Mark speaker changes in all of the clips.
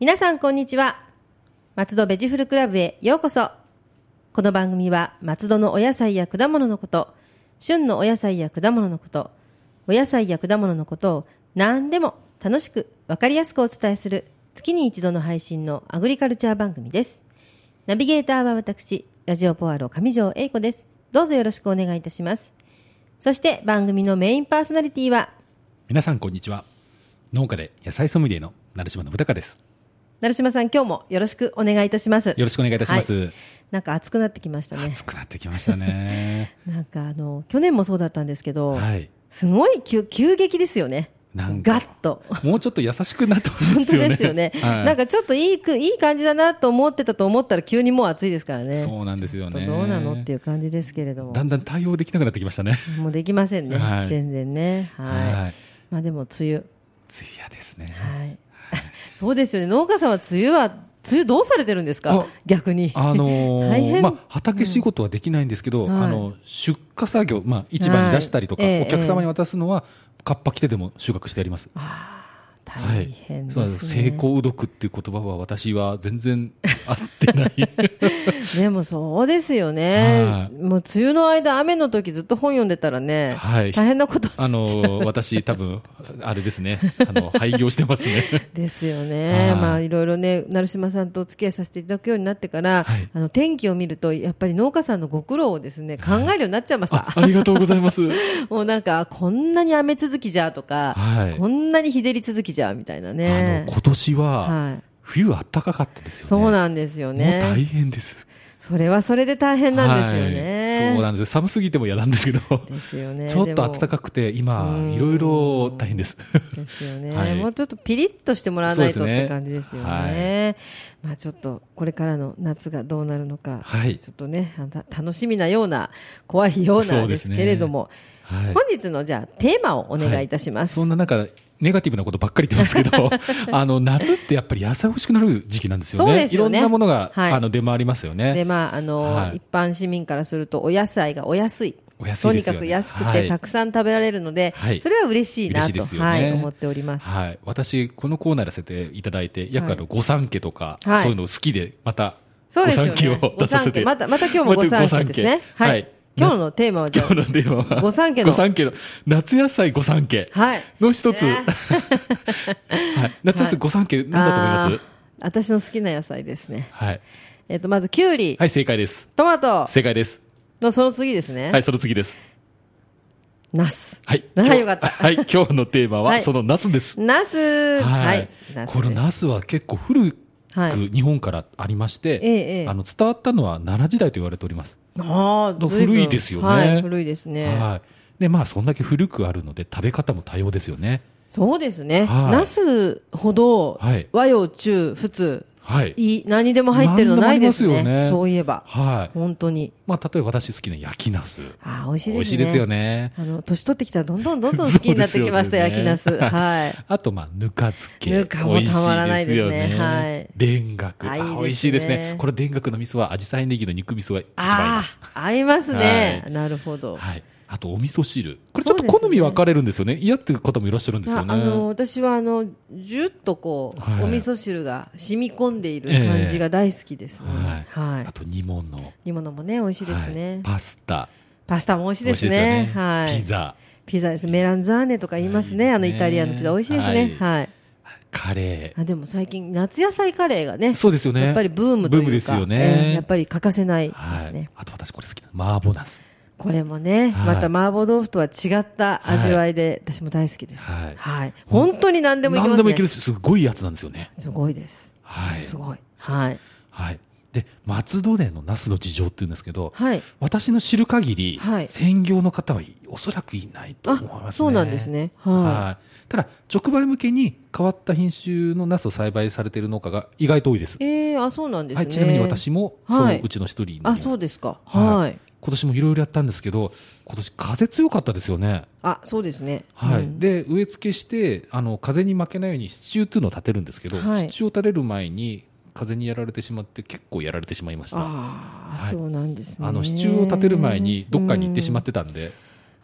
Speaker 1: 皆さんこんにちは松戸ベジフルクラブへようこそこの番組は松戸のお野菜や果物のこと旬のお野菜や果物のことお野菜や果物のことを何でも楽しくわかりやすくお伝えする月に一度の配信のアグリカルチャー番組ですナビゲーターは私ラジオポアロ上条英子ですどうぞよろしくお願いいたしますそして番組のメインパーソナリティは
Speaker 2: 皆さんこんにちは農家で野菜ソムリエの成島信孝です
Speaker 1: 成島さん今日もよろしくお願いいたします
Speaker 2: よろしくお願いいたします、
Speaker 1: はなんか暑くなってきましたね
Speaker 2: 暑くなってきましたね
Speaker 1: なんかあの去年もそうだったんですけど、
Speaker 2: はい
Speaker 1: すごい急急激ですよね
Speaker 2: なんか
Speaker 1: ガッと
Speaker 2: もうちょっと優しくなってほしいで
Speaker 1: 本
Speaker 2: す
Speaker 1: 当
Speaker 2: よね
Speaker 1: ですよね、
Speaker 2: はい、
Speaker 1: なんかちょっといいくいい感じだなと思ってたと思ったら急にもう暑いですからね
Speaker 2: そうなんですよね
Speaker 1: どうなのっていう感じですけれども
Speaker 2: だんだん対応できなくなってきましたね
Speaker 1: もうできませんね、
Speaker 2: はい
Speaker 1: 全然ねはい、
Speaker 2: はい
Speaker 1: まあでも梅雨
Speaker 2: 梅雨やですね、
Speaker 1: はい そうですよね農家さんは梅雨は梅雨どうされてるんです
Speaker 2: あ
Speaker 1: か逆に
Speaker 2: あのー
Speaker 1: 大変
Speaker 2: まあ、畑仕事はできないんですけど、
Speaker 1: うんはい
Speaker 2: あの出荷作業、まあ、市場に出したりとか、
Speaker 1: はいええ
Speaker 2: お客様に渡すのは、カッパ着てでも収穫してやります。
Speaker 1: あー
Speaker 2: はい
Speaker 1: 大変です
Speaker 2: そう
Speaker 1: ね、
Speaker 2: なんです成功うどくっていう言葉は私は全然合ってない。
Speaker 1: でもそうですよね
Speaker 2: はい
Speaker 1: もう梅雨の間雨の時ずっと本読んでたらね、
Speaker 2: はい
Speaker 1: 大変なこと
Speaker 2: あのー私多分あれですね。あの廃業してますね。
Speaker 1: ですよね、
Speaker 2: はい
Speaker 1: まあ、いろいろね、成島さんとお付き合いさせていただくようになってから、
Speaker 2: はい
Speaker 1: あの天気を見ると、やっぱり農家さんのご苦労をですね考えるようになっちゃいました、
Speaker 2: あありがとうございます。
Speaker 1: もうなんか、こんなに雨続きじゃとか、
Speaker 2: はい
Speaker 1: こんなに日照り続きじゃみたいな
Speaker 2: あの
Speaker 1: ね、
Speaker 2: 今年は
Speaker 1: はい、
Speaker 2: 冬あったかかったですよね。
Speaker 1: そうなんですよ
Speaker 2: もう大
Speaker 1: ね、
Speaker 2: 変です。
Speaker 1: それはそれで大変なんですよね。
Speaker 2: はいそうなんです。寒すぎても嫌なんですけど。
Speaker 1: ですよね
Speaker 2: ちょっと
Speaker 1: でも
Speaker 2: 暖かくて
Speaker 1: う
Speaker 2: 今
Speaker 1: ん
Speaker 2: いろいろ大変です。
Speaker 1: ですよね、
Speaker 2: はい
Speaker 1: もうちょっとピリッとしてもらわないと
Speaker 2: そうです
Speaker 1: っ
Speaker 2: ね
Speaker 1: て感じですよね。まあちょっとこれからの夏がどうなるのか、
Speaker 2: はい
Speaker 1: ちょっとねあのた楽しみなような怖いよう
Speaker 2: そ
Speaker 1: な
Speaker 2: う
Speaker 1: で
Speaker 2: です
Speaker 1: す
Speaker 2: ね
Speaker 1: けれども、
Speaker 2: はい。
Speaker 1: 本日のじゃあテーマをお願いいたします。
Speaker 2: そんな中ネガティブなことばっかり言ってますけ ど、あの夏ってやっぱり野菜欲しくなる時期なんですよね。
Speaker 1: そうですよね
Speaker 2: いろんなものが、
Speaker 1: はい
Speaker 2: あの出回りますよね。
Speaker 1: でまああの
Speaker 2: はい
Speaker 1: 一般市民からするとお野菜がお安い。
Speaker 2: お安
Speaker 1: と
Speaker 2: いで
Speaker 1: に
Speaker 2: すよね
Speaker 1: かく安く
Speaker 2: は
Speaker 1: て
Speaker 2: い
Speaker 1: たくさん食べられるので、
Speaker 2: はい
Speaker 1: それは嬉しい
Speaker 2: 嬉
Speaker 1: な
Speaker 2: しいで
Speaker 1: と
Speaker 2: すよね
Speaker 1: はい、思っております。
Speaker 2: はい、私、このコーナーやらせていただいて、約あ
Speaker 1: は
Speaker 2: の御三家とか、
Speaker 1: はい
Speaker 2: そういうの好きで、また、
Speaker 1: そうですよ
Speaker 2: 御三家
Speaker 1: ね。
Speaker 2: を出させて。
Speaker 1: またまた今日もご参加ですね。
Speaker 2: また御三家
Speaker 1: はい、
Speaker 2: はい。
Speaker 1: 今日のテーマはじゃ
Speaker 2: 今
Speaker 1: あ
Speaker 2: 日のテーマは、
Speaker 1: 御三家の
Speaker 2: 御三家の夏野菜御三家
Speaker 1: はい。
Speaker 2: の一つ、
Speaker 1: ね
Speaker 2: はい、夏野
Speaker 1: はい
Speaker 2: 菜御三家、なんだと思います
Speaker 1: あー私の好きな野菜ですね。
Speaker 2: はい、
Speaker 1: えっ、と、まず、きゅうり、
Speaker 2: はい、正解です。
Speaker 1: トマト
Speaker 2: 正解です。
Speaker 1: のその次ですね。
Speaker 2: はい、その次です。
Speaker 1: ナス。
Speaker 2: はい。
Speaker 1: あー
Speaker 2: 今日
Speaker 1: よかった
Speaker 2: はい、今日のテーマ
Speaker 1: は
Speaker 2: は、
Speaker 1: い
Speaker 2: その夏です。
Speaker 1: ナス。はい。ナス
Speaker 2: この
Speaker 1: です
Speaker 2: ナスは結構古く
Speaker 1: はい。
Speaker 2: 日本からありまして、
Speaker 1: ええええ
Speaker 2: あの伝わったのは奈良時代と言われております。
Speaker 1: あー随分
Speaker 2: 古いですよね
Speaker 1: はい。古いですね。
Speaker 2: はい。で、まあ、そんだけ古くあるので、食べ方も多様ですよね。
Speaker 1: そうですね。
Speaker 2: はい
Speaker 1: ナスほど
Speaker 2: はい、
Speaker 1: 和洋中、普通、
Speaker 2: はい。
Speaker 1: いい、何にでも入ってるのないです
Speaker 2: 何でもあり
Speaker 1: ね。
Speaker 2: ますよね
Speaker 1: そういえば。
Speaker 2: はい。
Speaker 1: 本当に。
Speaker 2: まあ、例えば私好きな焼きナス。
Speaker 1: ああ、美味しいですね。
Speaker 2: 美味しいですよね。
Speaker 1: あの、年取ってきたらどんどんどんどん好きになってきました、
Speaker 2: そうですよね
Speaker 1: 焼きナス。はい。
Speaker 2: あと、まあ、ぬか漬け。
Speaker 1: ぬかもたまらないですね
Speaker 2: 美味しい
Speaker 1: はい
Speaker 2: 田楽。
Speaker 1: あいいですね
Speaker 2: あ美味しいですね。これ田楽の味噌は、アジサイネギの肉味噌が一番合いま
Speaker 1: あ
Speaker 2: す。
Speaker 1: あ、合いますね。
Speaker 2: は
Speaker 1: なるほど。
Speaker 2: はい。あと、お味噌汁。これちょっと
Speaker 1: そうです
Speaker 2: 好
Speaker 1: ね
Speaker 2: み分かれるんですよね。嫌っていう方もいらっしゃるんですよね。
Speaker 1: ああの私はあのジュッとこう、
Speaker 2: はい
Speaker 1: お味噌汁が染み込んでいる感じが大好きですね、はい
Speaker 2: あと、煮物。
Speaker 1: 煮物もね美味しいですね、
Speaker 2: はいパスタ。
Speaker 1: パスタも美味しい
Speaker 2: 美
Speaker 1: で
Speaker 2: 味し
Speaker 1: す
Speaker 2: い
Speaker 1: ね
Speaker 2: ですよね。
Speaker 1: はい
Speaker 2: ピザ。
Speaker 1: ピザですメランザーネとか言いますね、
Speaker 2: はい
Speaker 1: あのイタリアのピザ美味しいですねはい、
Speaker 2: カレー。
Speaker 1: あでも最近夏野菜カレーがね
Speaker 2: そうですよね。
Speaker 1: やっぱりブームという
Speaker 2: ブ
Speaker 1: か
Speaker 2: ームですよ
Speaker 1: え
Speaker 2: ね。
Speaker 1: えやっぱり欠かせないで
Speaker 2: は
Speaker 1: す
Speaker 2: い
Speaker 1: ね、
Speaker 2: あと私これ好きなの麻婆茄子。
Speaker 1: これもね、
Speaker 2: はい
Speaker 1: また麻婆豆腐とは違った味わいで、私も大好きです、
Speaker 2: はい
Speaker 1: 本当に何でもいけますね
Speaker 2: 何でもいけるし、すごいやつなんですよね。
Speaker 1: すごいです、
Speaker 2: はい。
Speaker 1: すごいはい
Speaker 2: はい。で、松戸でのナスの事情って言うんですけど、
Speaker 1: はい
Speaker 2: 私の知る限り、
Speaker 1: はい
Speaker 2: 専業の方はいおそらくいないと思いますね。
Speaker 1: あそうなんです。ね。は
Speaker 2: はい。ただ、直売向けに変わった品種のナスを栽培されている農家が意外と多いです。
Speaker 1: い。ええあ、そうなんです
Speaker 2: は
Speaker 1: ね。
Speaker 2: い。ちなみに私も、そ
Speaker 1: はい
Speaker 2: のうちの一人になり
Speaker 1: あ、
Speaker 2: ます
Speaker 1: そうですか。
Speaker 2: はい
Speaker 1: はい。
Speaker 2: 今年もいろいろやったんですけど、今年風強かったですよね。
Speaker 1: あ、そうですね。
Speaker 2: はい
Speaker 1: うん
Speaker 2: で植え付けしてあの風に負けないように支柱っていうのを立てるんですけど、
Speaker 1: はい
Speaker 2: 支柱を立てる前に風にやられてしまって結構やられてしまいましたあ
Speaker 1: ああ、
Speaker 2: はい
Speaker 1: そうなんですね。
Speaker 2: の支柱を立てる前にどっかに行ってしまってたんで、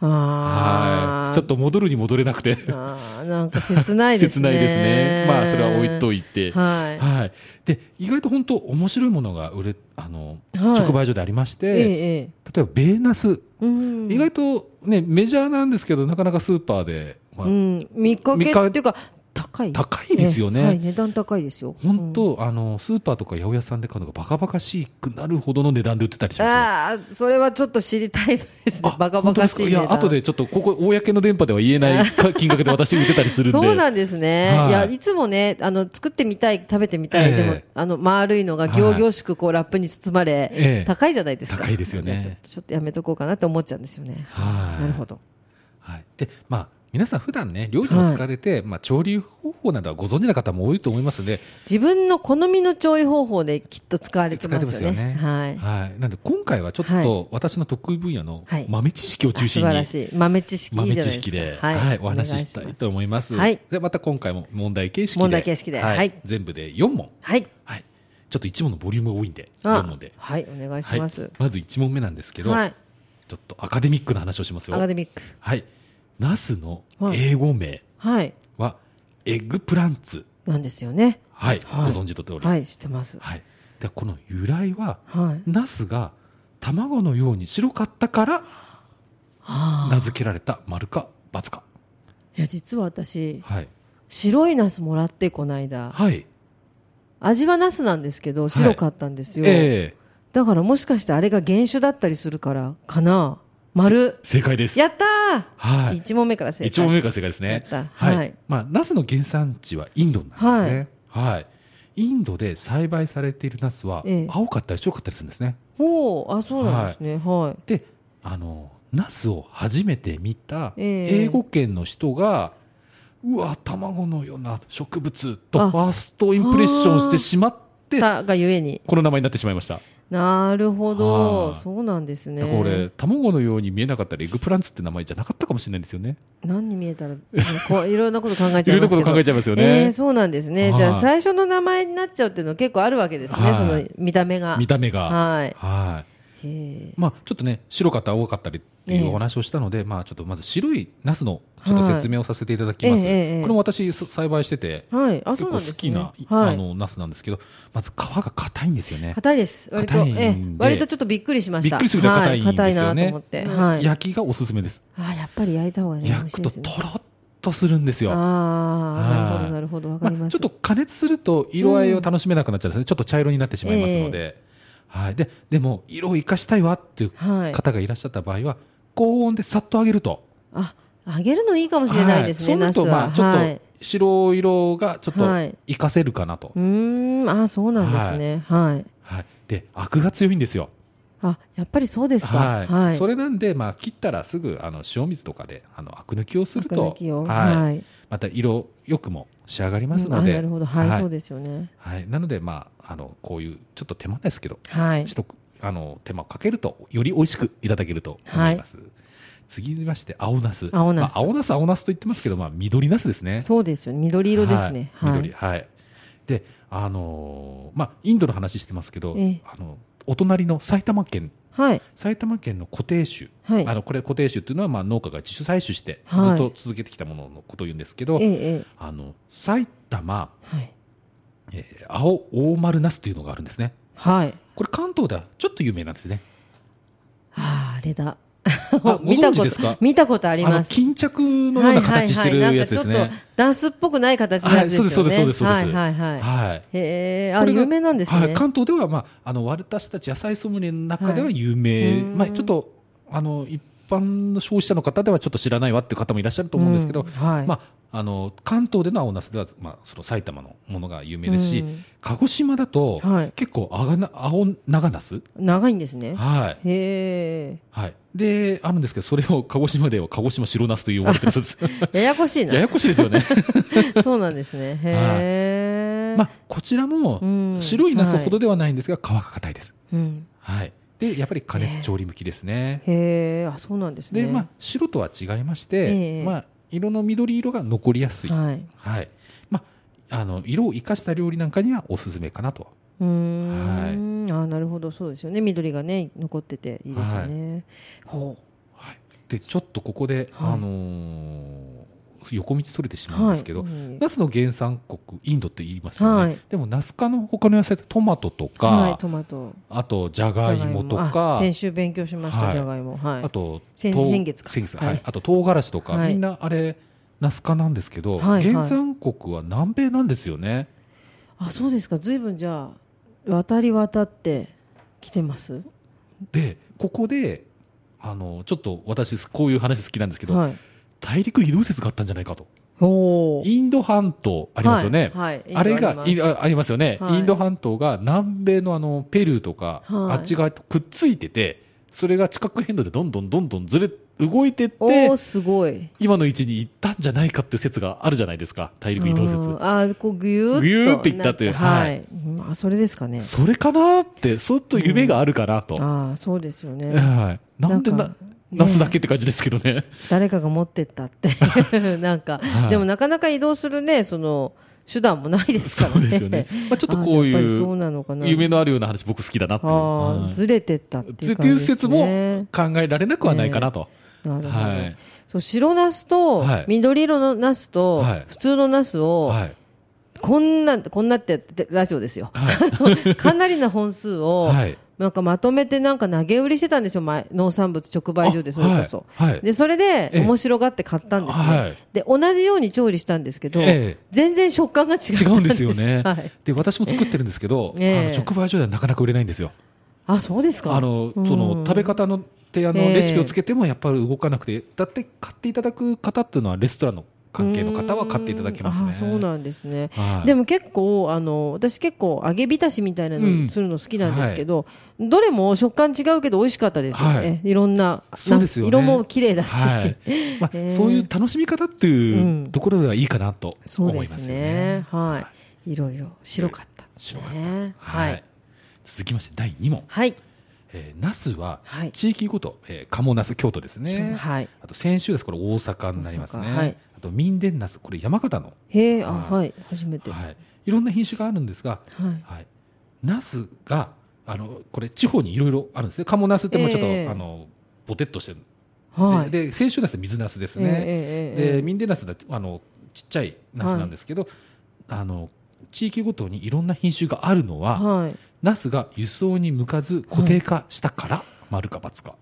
Speaker 1: うん。あ
Speaker 2: は
Speaker 1: あ。
Speaker 2: い。ちょっと戻るに戻れなくて。
Speaker 1: あーなんか切ないです
Speaker 2: 切
Speaker 1: ね。
Speaker 2: ないですね。まあ、それは置いといて。
Speaker 1: はい。
Speaker 2: はい、で意外と本当面白いものが売れあの、
Speaker 1: はい
Speaker 2: 直売所でありまし
Speaker 1: ええ
Speaker 2: て、
Speaker 1: え
Speaker 2: 例えばベーナス、
Speaker 1: え。うん。
Speaker 2: 意外と、ね、メジャーなんですけどなかなかスーパーで、まあ
Speaker 1: うん。見かけ
Speaker 2: 見かけ
Speaker 1: っていうか、高い。
Speaker 2: 高いですよね。
Speaker 1: はい、値段高いですよ。
Speaker 2: 本当、あのスーパーとか八百屋さんで買うのがバカバカしくなるほどの値段で売ってたりし
Speaker 1: うん
Speaker 2: ますよ
Speaker 1: ああ、それはちょっと知りたいですね
Speaker 2: あ。
Speaker 1: バカバ
Speaker 2: 本当
Speaker 1: カ
Speaker 2: です
Speaker 1: し
Speaker 2: か
Speaker 1: い
Speaker 2: い
Speaker 1: 値段。
Speaker 2: や後でちょっとここ公の電波では言えない か金額で私売ってたりするんで
Speaker 1: そうなんですね、、
Speaker 2: はいい
Speaker 1: やいつもねあの作ってみたい食べてみたい、
Speaker 2: ええ
Speaker 1: でもあの丸いの
Speaker 2: は
Speaker 1: が
Speaker 2: い
Speaker 1: 仰々しくこう、ラップに包まれ、
Speaker 2: ええ
Speaker 1: 高いじゃないですか
Speaker 2: 高いですよね
Speaker 1: やちょっとちょっとやめとこうかなって思っちゃうんですよね、
Speaker 2: はい
Speaker 1: なるほど
Speaker 2: はい、でまあ皆さん普段ね料理を使われて、まあ、調理方法などはご存知の方も多いと思いますので
Speaker 1: 自分の好みの調理方法できっと使われてますよね
Speaker 2: 使
Speaker 1: はい
Speaker 2: はい、なんで今回はちょっ
Speaker 1: は
Speaker 2: と私の得意分野の
Speaker 1: はい
Speaker 2: 豆知識を
Speaker 1: あ
Speaker 2: 中
Speaker 1: 素
Speaker 2: 心
Speaker 1: 晴
Speaker 2: に、
Speaker 1: らしい豆知識いい
Speaker 2: 豆
Speaker 1: じゃな
Speaker 2: 知
Speaker 1: い
Speaker 2: 識
Speaker 1: で、
Speaker 2: です
Speaker 1: か
Speaker 2: はい、お話しした
Speaker 1: お願
Speaker 2: い
Speaker 1: ます
Speaker 2: と思います。
Speaker 1: はい
Speaker 2: で、また今回も問題形式で。
Speaker 1: 問題形式ではい
Speaker 2: 全部で4問。
Speaker 1: はい
Speaker 2: はい。ちょっと1問のボリュームが多いんで、
Speaker 1: あ
Speaker 2: 4問で。
Speaker 1: はいお願いし
Speaker 2: はい。
Speaker 1: ま
Speaker 2: ますず、1問目なんですけど、
Speaker 1: はい
Speaker 2: ちょっとアカデミックな話をしますよ
Speaker 1: ア。カデミック
Speaker 2: はい。ナスの
Speaker 1: はい
Speaker 2: 英語名
Speaker 1: はい
Speaker 2: は、エッグプランツ。
Speaker 1: なんですよね
Speaker 2: はい。
Speaker 1: はい
Speaker 2: ご存知の通り。
Speaker 1: はい知ってます
Speaker 2: はい。で、この由来は、
Speaker 1: はい
Speaker 2: ナスが卵のように白かったから、
Speaker 1: あ
Speaker 2: 名付けられた丸か×か。
Speaker 1: いや実は私
Speaker 2: はい。
Speaker 1: 白いナスもらってこないだ
Speaker 2: はい。
Speaker 1: 味はナスなんですけど白かったんですよ、
Speaker 2: ええ
Speaker 1: だからもしかしてあれが原種だったりするからかな丸
Speaker 2: 正解です。
Speaker 1: やったー、
Speaker 2: はい。
Speaker 1: 一問目から正解
Speaker 2: 一問目が正解です
Speaker 1: や
Speaker 2: ね
Speaker 1: っ。た
Speaker 2: はい。
Speaker 1: はい
Speaker 2: まあ、ナスの原産地はインドなんですね。はい。インドで栽培されているナスは
Speaker 1: ええ、
Speaker 2: 青かったり白かったりするんですね。
Speaker 1: おおあそうなんですねはい、
Speaker 2: で、あの、ナスを初めて見た
Speaker 1: ええ
Speaker 2: 英語圏の人が、うわ、卵のような植物
Speaker 1: あ
Speaker 2: とファーストインプレッションしてしまって、
Speaker 1: たがゆえに
Speaker 2: この名前になってしまいました。
Speaker 1: なるほど
Speaker 2: はい
Speaker 1: そうなんですね
Speaker 2: だからこれ、卵のように見えなかったらエッグプランツって名前じゃなかったかもしれないですよね。
Speaker 1: 何に見えたらこうい ろんなこと考え
Speaker 2: い
Speaker 1: ちゃ
Speaker 2: ろ
Speaker 1: い
Speaker 2: いろ
Speaker 1: ますけど
Speaker 2: なこと考えちゃいますよね。
Speaker 1: えーそうなんですね、
Speaker 2: はい
Speaker 1: じゃあ最初の名前になっちゃうっていうのは結構あるわけですね、
Speaker 2: はい
Speaker 1: その見た目が
Speaker 2: 見た目が。
Speaker 1: はい
Speaker 2: はい。
Speaker 1: へえ
Speaker 2: まあ、ちょっとね、白かった、青かったりって
Speaker 1: え
Speaker 2: い
Speaker 1: え
Speaker 2: うお話をしたので、まあ、ちょっとまず白いナスのちょっと説明をさせていただきます。
Speaker 1: はいええええ
Speaker 2: これも私、そ栽培してて、
Speaker 1: はいあ
Speaker 2: 結
Speaker 1: そう
Speaker 2: 構好
Speaker 1: なんです、ね、
Speaker 2: きな、
Speaker 1: は
Speaker 2: あ
Speaker 1: い
Speaker 2: のナスなんですけど、まず皮が硬いんですよね。
Speaker 1: 硬いです。割と、
Speaker 2: 硬
Speaker 1: え
Speaker 2: いんで
Speaker 1: え、割とちょっとびっくりしまし。
Speaker 2: びったくりするぐらい
Speaker 1: は
Speaker 2: 硬いんですよ
Speaker 1: 硬いなと
Speaker 2: ね
Speaker 1: 思って。。はい。あ
Speaker 2: 焼きがおすすめです。
Speaker 1: あ、やっぱり焼いた方がね、美
Speaker 2: 焼
Speaker 1: 味し
Speaker 2: く
Speaker 1: い
Speaker 2: と
Speaker 1: ですね。
Speaker 2: とろっとするんですよ。
Speaker 1: ああ、
Speaker 2: はい
Speaker 1: なるほど、なるほど、わかり
Speaker 2: まあ
Speaker 1: ます。
Speaker 2: ちょっと加熱すると色合いを楽しめなくなっちゃうんですね、ちょっと茶色になってしまいますので、はい、ででも色を生かしたいわっていう
Speaker 1: はい。
Speaker 2: 方がいらっしゃった場合は高温でさっと揚げると
Speaker 1: あ、揚げるのいいかもしれないですね、
Speaker 2: はい
Speaker 1: ナス
Speaker 2: そうな
Speaker 1: は。
Speaker 2: るとまあ
Speaker 1: は
Speaker 2: ちょっ
Speaker 1: い。
Speaker 2: と白色がちょっと
Speaker 1: はい
Speaker 2: 活かせるかなと、
Speaker 1: うーん、あ、そうなんですね。はい。
Speaker 2: はい、でアクが強いんですよ
Speaker 1: あ、やっぱりそうですか。
Speaker 2: はい
Speaker 1: はい。
Speaker 2: それなんで、まあ、切ったらすぐあの塩水とかであのアク抜きをする
Speaker 1: アク
Speaker 2: と
Speaker 1: 抜きを
Speaker 2: はい
Speaker 1: はい
Speaker 2: また色よくも仕上がります
Speaker 1: うん
Speaker 2: の
Speaker 1: あ、
Speaker 2: で、
Speaker 1: なるほど、はい、
Speaker 2: はい
Speaker 1: そうですよね。
Speaker 2: はい、なので、まあ、あのこういうちょっと手間ですけど
Speaker 1: はい
Speaker 2: し。とくあの手間をかけるとより美味しくいただけると思います、次にまして青ナス
Speaker 1: 青ナス
Speaker 2: まあ、青ナス青ナスと言ってますけど、まあ、緑ナスですね
Speaker 1: そうですよね。緑色ですね。
Speaker 2: はい
Speaker 1: はい。
Speaker 2: 緑はいであのーまあインドの話してますけど、
Speaker 1: ええ
Speaker 2: あのお隣の埼玉県
Speaker 1: はい。
Speaker 2: 埼玉県の固定種、
Speaker 1: はい。
Speaker 2: あのこれ固定種っていうのはまあ農家が自主採取してず
Speaker 1: はい
Speaker 2: っと続けてきたもののことを言うんですけど、
Speaker 1: ええ、ええ。
Speaker 2: あの埼玉、
Speaker 1: はい。
Speaker 2: えー青大丸ナスというのがあるんですね
Speaker 1: はい。
Speaker 2: これ関東ではちょっと有名なん ですね
Speaker 1: ああ、あれだ。
Speaker 2: あ
Speaker 1: 見た
Speaker 2: ご存知
Speaker 1: こ
Speaker 2: ですか
Speaker 1: と、見たことあり
Speaker 2: あの
Speaker 1: ます。
Speaker 2: 巾着のような形してるやつです
Speaker 1: はいはいはい、なん
Speaker 2: ね
Speaker 1: かちょっとダンスっぽくない形のやつですよね。
Speaker 2: はいそうですそうですそうですそうです
Speaker 1: はいはいはい。
Speaker 2: はい
Speaker 1: へえ、あ、
Speaker 2: これが
Speaker 1: 有名なんですね。
Speaker 2: はい、関東では、まあ、あの私たち野菜ソムリエの中では有
Speaker 1: は
Speaker 2: 名、
Speaker 1: いうん
Speaker 2: まあ、ちょっとあの一般の消費者の方ではちょっと知らないわっていう方もいらっしゃると思うんですけど、
Speaker 1: んはい。
Speaker 2: まあ、あの関東での青ナスでは、まあ、その埼玉のものが有名ですし、
Speaker 1: うん
Speaker 2: 鹿児島だと、
Speaker 1: はい
Speaker 2: 結構あがな青長ナス、
Speaker 1: 長いんですね。
Speaker 2: はい
Speaker 1: へ
Speaker 2: はい、であるんですけどそれを鹿児島では鹿児島白ナスと呼ばれてるそうで す
Speaker 1: え、ややこしい
Speaker 2: や
Speaker 1: な。
Speaker 2: やこしいです よね、
Speaker 1: そうなんですね。へえ。
Speaker 2: まあ、こちら
Speaker 1: う
Speaker 2: も
Speaker 1: ん
Speaker 2: 白いナスほどではないんですが、皮が硬いです。
Speaker 1: うん
Speaker 2: はい、でやっぱり加熱調理向きですね。
Speaker 1: へえ、あ、そうなんですね。
Speaker 2: でまあ、白とは違いまして、
Speaker 1: ええ
Speaker 2: まあ、色の緑色が残りやすい、はい
Speaker 1: はい。
Speaker 2: まあ、あの色を生かした料理なんかにはおすすめかなと、
Speaker 1: うーん。あ、なるほど、そうですよね。緑がね、残ってていいですよね。ほう。
Speaker 2: はい、でちょっとここで、
Speaker 1: はい
Speaker 2: あのー横道それてしまうんですけど、
Speaker 1: うん
Speaker 2: ナスの原産国インドって言いますよね、
Speaker 1: はい
Speaker 2: でもナス科の他の野菜ってトマトとか、
Speaker 1: はい、トマト。
Speaker 2: あとじゃがいもと
Speaker 1: あ
Speaker 2: か
Speaker 1: 先週勉強しました、
Speaker 2: はい
Speaker 1: じゃがいも。はい。
Speaker 2: あと
Speaker 1: 先
Speaker 2: とう
Speaker 1: 先月か
Speaker 2: 先はい
Speaker 1: はい
Speaker 2: あと唐辛子とか、
Speaker 1: はい
Speaker 2: みんなあれナス科なんですけど、
Speaker 1: はいはい
Speaker 2: 原産国は南米なんですよね
Speaker 1: あそうですか随分じゃあ渡り渡ってきてます
Speaker 2: でここであのちょっと私こういう話好きなんですけど、
Speaker 1: はい
Speaker 2: 大陸移動説があったんじゃないかと
Speaker 1: おー
Speaker 2: インド半島ありますよね、
Speaker 1: はいはい
Speaker 2: あれ
Speaker 1: インド
Speaker 2: が
Speaker 1: あり
Speaker 2: い
Speaker 1: ます
Speaker 2: あありますよね、
Speaker 1: はい
Speaker 2: インド半島が南米のあのペルーとか、
Speaker 1: は
Speaker 2: あ
Speaker 1: い
Speaker 2: っち側とくっついてて、それが地殻変動でどんどんどんどんずれ動いてっ
Speaker 1: お
Speaker 2: て
Speaker 1: ー、すごい
Speaker 2: 今の位置に行ったんじゃないかっていう説があるじゃないですか、大陸移動
Speaker 1: うん
Speaker 2: 説。
Speaker 1: あーこうぎゅーっと
Speaker 2: ぎゅーっていったっていう
Speaker 1: なは、
Speaker 2: はい
Speaker 1: うんあそれですかね
Speaker 2: それかなって、そっと夢があるかなと、
Speaker 1: ああそうですよね
Speaker 2: はいなんで
Speaker 1: なん
Speaker 2: な
Speaker 1: か、ね
Speaker 2: なすだけって感じですけどね、
Speaker 1: 誰かが持ってったって なんか、
Speaker 2: はい
Speaker 1: でもなかなか移動するねその手段もないです
Speaker 2: そ
Speaker 1: から
Speaker 2: う
Speaker 1: ね
Speaker 2: ですよね、まあ、ちょっとこう
Speaker 1: あーじゃあやっぱり
Speaker 2: い
Speaker 1: そうなのかな
Speaker 2: 夢のあるような話、僕好きだなっていう。
Speaker 1: あー
Speaker 2: はい
Speaker 1: ずれてったっていう
Speaker 2: ってい
Speaker 1: 感
Speaker 2: う
Speaker 1: じです
Speaker 2: 説
Speaker 1: ね
Speaker 2: も考えられなくはないかなと。
Speaker 1: なるほど、
Speaker 2: はい
Speaker 1: そう白ナスと
Speaker 2: はい
Speaker 1: 緑色のナスと
Speaker 2: はい
Speaker 1: 普通のナスを
Speaker 2: はい。
Speaker 1: こんなこんなってやってラジオ ですよかなりな本数を
Speaker 2: はい。
Speaker 1: なんかまとめてなんか投げ売りしてたんですよ前農産物直売所で
Speaker 2: あ
Speaker 1: それこそ、
Speaker 2: はいはい
Speaker 1: でそれで
Speaker 2: ええ
Speaker 1: 面白がって買ったんですね、
Speaker 2: はい
Speaker 1: で同じように調理したんですけど、
Speaker 2: ええ
Speaker 1: 全然食感が違ったんです
Speaker 2: 違うんですよね。
Speaker 1: はい、
Speaker 2: で、私も作ってるんですけど、あの
Speaker 1: ええ
Speaker 2: 直売所ではなかなか売れないんですよ。
Speaker 1: あそうですか
Speaker 2: あの、そ
Speaker 1: うん
Speaker 2: の食べ方の提案の
Speaker 1: ええ
Speaker 2: レシピをつけてもやっぱり動かなくて、だって買っていただく方っていうのはレストランの関係の方は買っていただきます
Speaker 1: うんあ
Speaker 2: ね。
Speaker 1: そうなんですね、
Speaker 2: はい
Speaker 1: でも結構あの私結構揚げ浸しみたいな
Speaker 2: う
Speaker 1: の
Speaker 2: ん
Speaker 1: するの好きなんですけど、どれも食感違うけど美味しかったですよね、、
Speaker 2: はい
Speaker 1: ろんな
Speaker 2: そうですよね
Speaker 1: な色も綺麗だし、
Speaker 2: はい。まあ、
Speaker 1: ええ
Speaker 2: そういう楽しみ方っていうんうところではいいかなと
Speaker 1: そう
Speaker 2: 思い
Speaker 1: で
Speaker 2: ますすよ
Speaker 1: ね
Speaker 2: ね。
Speaker 1: はい、、
Speaker 2: はい
Speaker 1: ろいろ白かったです
Speaker 2: 白
Speaker 1: ね
Speaker 2: かった
Speaker 1: は
Speaker 2: はい
Speaker 1: い。
Speaker 2: 続きまして第2問。
Speaker 1: はい
Speaker 2: えー、ナスは
Speaker 1: はい
Speaker 2: 地域ごと、えー、鴨ナス京都ですね。
Speaker 1: はい
Speaker 2: あと先週です、これ大阪になりますね。
Speaker 1: 大阪はい
Speaker 2: あと民伝ナス、これ山形の、
Speaker 1: へえあ
Speaker 2: はい
Speaker 1: はい初めてはい、
Speaker 2: はい、いろんな品種があるんですが、はい、ナスがあのこれ地方にいろいろあるんですね。鴨ナスってもうちょっと、
Speaker 1: ええ
Speaker 2: あのボテっとしてる、
Speaker 1: はい
Speaker 2: でで先週ナスって水ナスです
Speaker 1: ええ
Speaker 2: ね。
Speaker 1: ええええ
Speaker 2: で民伝ナスだあのちっちゃいナスなんですけど、あの地域ごとにいろんな品種があるのは、
Speaker 1: はい
Speaker 2: ナスが輸送に向かず固定化したから、丸か×か。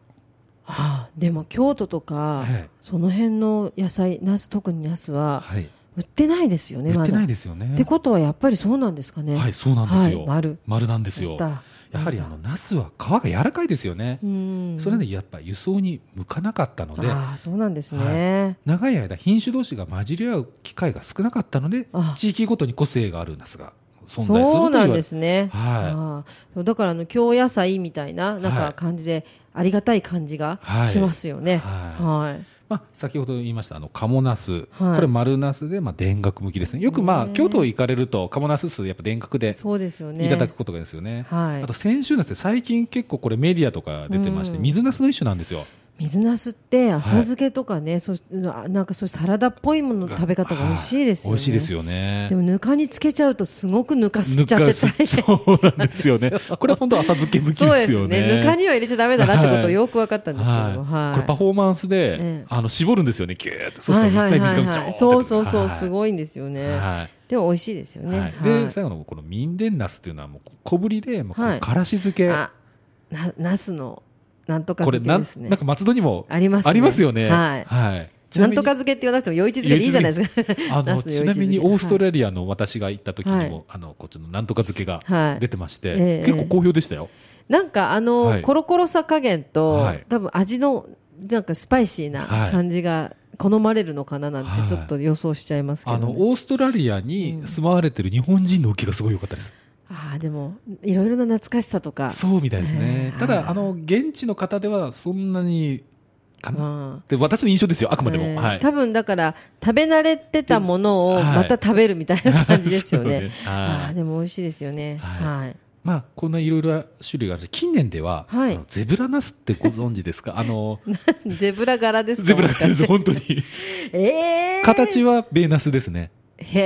Speaker 1: あでも京都とか、
Speaker 2: はい
Speaker 1: その辺の野菜ナス特にナスは
Speaker 2: はい。
Speaker 1: 売ってないですよね
Speaker 2: 売
Speaker 1: ま
Speaker 2: って
Speaker 1: だ
Speaker 2: ないですよね。
Speaker 1: ってことはやっぱりそうなんですかね。
Speaker 2: はい、そうなんですよ。
Speaker 1: はい丸
Speaker 2: 丸なんですよ。
Speaker 1: や
Speaker 2: や
Speaker 1: った
Speaker 2: はりあのナスは皮が柔らかいですよね
Speaker 1: う。ん。
Speaker 2: それでやっぱ輸送に向かなかったので、
Speaker 1: ああそうなんですね。
Speaker 2: 長い間品種同士が混じり合う機会が少なかったので
Speaker 1: あ、
Speaker 2: 地域ごとに個性があるナスが存在すると
Speaker 1: そう
Speaker 2: 言わ
Speaker 1: な
Speaker 2: れ
Speaker 1: ん
Speaker 2: て
Speaker 1: ですね。
Speaker 2: は
Speaker 1: ああだからあの京野菜みたいななん
Speaker 2: は
Speaker 1: か
Speaker 2: い
Speaker 1: 感じでありがたい感じが
Speaker 2: はい
Speaker 1: しますよね。
Speaker 2: は。
Speaker 1: はい
Speaker 2: まあ、先ほど言いました、あの、カモナス。
Speaker 1: はい
Speaker 2: これ丸ナスで、まあ、田楽向きですね。よくまあ、
Speaker 1: ね
Speaker 2: 京都行かれると、カモナススやっぱ田楽
Speaker 1: い。
Speaker 2: で
Speaker 1: そうですよね。
Speaker 2: いただくことがですよね。
Speaker 1: はい
Speaker 2: あと、先週なんて最近結構これメディアとか出てまして、
Speaker 1: うん
Speaker 2: 水ナスの一種なんですよ。
Speaker 1: 水なすって浅漬けとかね、そしあなんかそういうサラダっぽいものの食べ方が美味しいです
Speaker 2: はい
Speaker 1: よね。
Speaker 2: 美味しいですよね
Speaker 1: でもぬかにつけちゃうとすごくぬか吸っちゃって
Speaker 2: ぬか
Speaker 1: 大変。
Speaker 2: そうなんですよね。 これは本当浅漬け向き
Speaker 1: そう
Speaker 2: で
Speaker 1: ですす
Speaker 2: よね。
Speaker 1: ね。ぬかには入れちゃダメだなってことをよく分かったんですけども、
Speaker 2: は
Speaker 1: はいい。
Speaker 2: これパフォーマンスで、
Speaker 1: ええ
Speaker 2: あの絞るんですよね、ぎゅーって、そうするといっぱい水が
Speaker 1: は
Speaker 2: ジョー
Speaker 1: は
Speaker 2: って出てくる
Speaker 1: いそうそうそう、す
Speaker 2: は
Speaker 1: ごいんですよ
Speaker 2: い
Speaker 1: ね。
Speaker 2: はい
Speaker 1: でも美味しいですよね。
Speaker 2: はい
Speaker 1: はい
Speaker 2: で最後のこの民伝ナスっていうのはもう小ぶりで、まあ、こ
Speaker 1: はい
Speaker 2: のからし漬け、
Speaker 1: あ、な、ナスの、なんとか
Speaker 2: これ
Speaker 1: 漬
Speaker 2: な
Speaker 1: け
Speaker 2: ん
Speaker 1: ですね
Speaker 2: なん。か松戸にも
Speaker 1: ありますね
Speaker 2: よね
Speaker 1: はい
Speaker 2: ち
Speaker 1: な
Speaker 2: なんみ
Speaker 1: と
Speaker 2: に
Speaker 1: か漬けって言わなくても、余一漬けでいいじゃないですか。
Speaker 2: あ
Speaker 1: ナ
Speaker 2: の
Speaker 1: スの余
Speaker 2: ち
Speaker 1: 一
Speaker 2: な
Speaker 1: 漬け
Speaker 2: みにオーストラリアの私が行った時にも、
Speaker 1: はい
Speaker 2: あのこっちのなんとか漬けが
Speaker 1: はい
Speaker 2: 出てまして、
Speaker 1: ええ
Speaker 2: 結構好評でしたよ、
Speaker 1: なんか、あの、
Speaker 2: はい
Speaker 1: コロコロさ加減と、
Speaker 2: はい
Speaker 1: 多分味の、なんかスパイシーな
Speaker 2: はい
Speaker 1: 感じが好まれるのかななん
Speaker 2: は
Speaker 1: て、
Speaker 2: い
Speaker 1: ちょっと予想しちゃいますけど、
Speaker 2: あの
Speaker 1: ね。
Speaker 2: オーストラリアに住まわれてる日本人の受けがすごい良かったです
Speaker 1: ああ、でも、いろいろな懐かしさとか。
Speaker 2: そうみたいですね
Speaker 1: え。ー
Speaker 2: た
Speaker 1: あー
Speaker 2: だ、あの、現地の方ではそんなに、かな
Speaker 1: まあ
Speaker 2: で私の印象ですよ、あくまで
Speaker 1: え
Speaker 2: も。
Speaker 1: ー
Speaker 2: はい。
Speaker 1: 多分だから食べ慣れてたものを
Speaker 2: はい
Speaker 1: また食べるみたいな感じです よ
Speaker 2: そう
Speaker 1: ね。あ
Speaker 2: は
Speaker 1: あ
Speaker 2: い
Speaker 1: でも美味しいですよね。は。
Speaker 2: はいまあ、こんないろいろな種類があるし近年では、
Speaker 1: はい
Speaker 2: あのゼブラナスってご存知ですかあ の、
Speaker 1: ゼブラ柄ですか。
Speaker 2: ゼブラ
Speaker 1: も
Speaker 2: ナ
Speaker 1: しか
Speaker 2: ス
Speaker 1: し
Speaker 2: です、
Speaker 1: て
Speaker 2: 本当に。
Speaker 1: ええー。
Speaker 2: 形はベーナスですね。
Speaker 1: へへ
Speaker 2: で、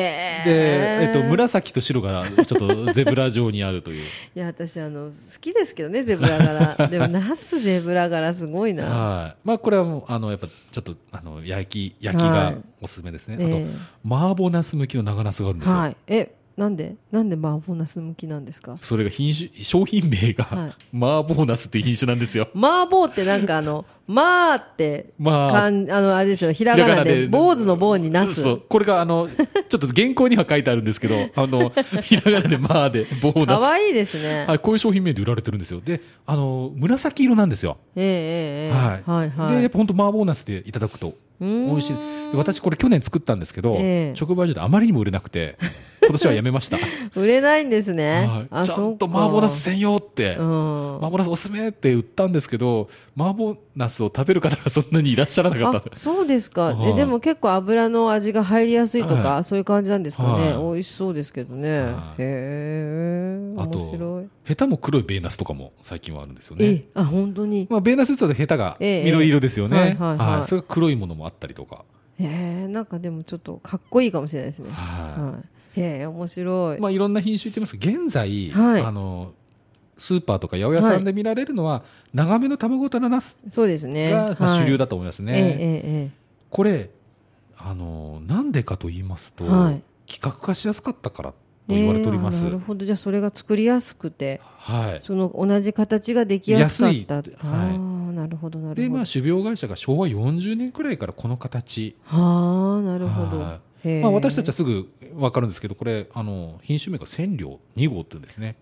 Speaker 1: え。
Speaker 2: えっと、紫と白がちょっとゼブラ状にあるという。
Speaker 1: いや、私、あの、好きですけどね、ゼブラ 柄。でも、ナスゼブラ柄すごい な。
Speaker 2: はい。まあ、これはもう、あの、やっぱ、ちょっと、あの、焼き、焼き
Speaker 1: は
Speaker 2: が
Speaker 1: い
Speaker 2: おすすめですね。
Speaker 1: ええ
Speaker 2: あと、麻婆茄子向きの長茄子があるんですよ。
Speaker 1: はい。え、なんでなんでマーボーナス向きなんですか
Speaker 2: それが品種、商品名が、
Speaker 1: はい
Speaker 2: 麻婆茄子っていう品種なんですよ。
Speaker 1: マーボーってなんかあの、マーって、
Speaker 2: まあ
Speaker 1: かん、あの、あれですよ、ひらがなで、坊主の坊にナス。
Speaker 2: そう。これが、あ の、ちょっと原稿には書いてあるんですけど、あの、ひらがなで、まあで、棒を出
Speaker 1: か
Speaker 2: す。
Speaker 1: わいいですね。
Speaker 2: はい、こういう商品名で売られてるんですよ。で、あの、紫色なんですよ。
Speaker 1: ええええええ
Speaker 2: はい。
Speaker 1: はいはい。
Speaker 2: で、やっぱ本当麻婆茄子でいただくと
Speaker 1: 美
Speaker 2: 美味しい。で私これ去年作ったんですけど、
Speaker 1: ええ
Speaker 2: 直売所であまりにも売れなく て、今年はやめました。
Speaker 1: 売れないんですね。
Speaker 2: はい、ちゃ
Speaker 1: そうん
Speaker 2: と
Speaker 1: か
Speaker 2: 麻婆茄子専用って、
Speaker 1: うん。
Speaker 2: 麻婆茄子おすすめって売ったんですけど、麻婆茄子を食べる方がそんなにいらっしゃらなかったん
Speaker 1: あ
Speaker 2: で
Speaker 1: そうですか、
Speaker 2: はい
Speaker 1: えでも結構油の味が入りやすいとか、
Speaker 2: は
Speaker 1: そういう感じなんですかね、
Speaker 2: はい
Speaker 1: 美味しそうですけどね、
Speaker 2: はい
Speaker 1: へえ
Speaker 2: あと
Speaker 1: 面白い、
Speaker 2: ヘタも黒いベーナスとかも最近はあるんですよ
Speaker 1: え
Speaker 2: ね。
Speaker 1: あ本当に、
Speaker 2: まあ、ベーナスって言ったらヘタが
Speaker 1: ええ
Speaker 2: 緑色ですよ
Speaker 1: ええ
Speaker 2: ね。
Speaker 1: はいはいはい
Speaker 2: はいそれが黒いものもあったりとか。
Speaker 1: へえなんかでもちょっとかっこいいかもしれないですね、
Speaker 2: は
Speaker 1: はい、へえ面白い、
Speaker 2: い。まあ、いろんな品種言ってますが現在、
Speaker 1: はい
Speaker 2: あの、スーパーとか八百屋さんで見られるのは、長めの卵とのナス
Speaker 1: そうですね
Speaker 2: が、まあ、主流
Speaker 1: だ
Speaker 2: だと思いますね。
Speaker 1: えええ
Speaker 2: これ、あの、なんでかと言いますと、
Speaker 1: はい
Speaker 2: 企画化しやすかったからと
Speaker 1: ええ
Speaker 2: 言われております。
Speaker 1: ええあなるほどじゃあそれが作りやすくて
Speaker 2: はい。
Speaker 1: その同じ形ができやすかった
Speaker 2: 安い
Speaker 1: あ
Speaker 2: はい
Speaker 1: あなるほどなるほど
Speaker 2: で、まあ、種苗会社が昭和40年くらいからこの形。
Speaker 1: はあなるほど
Speaker 2: は
Speaker 1: へえ
Speaker 2: まあ、私たちはすぐ分かるんですけど、これ、あの品種名が千両2号って言うんですね。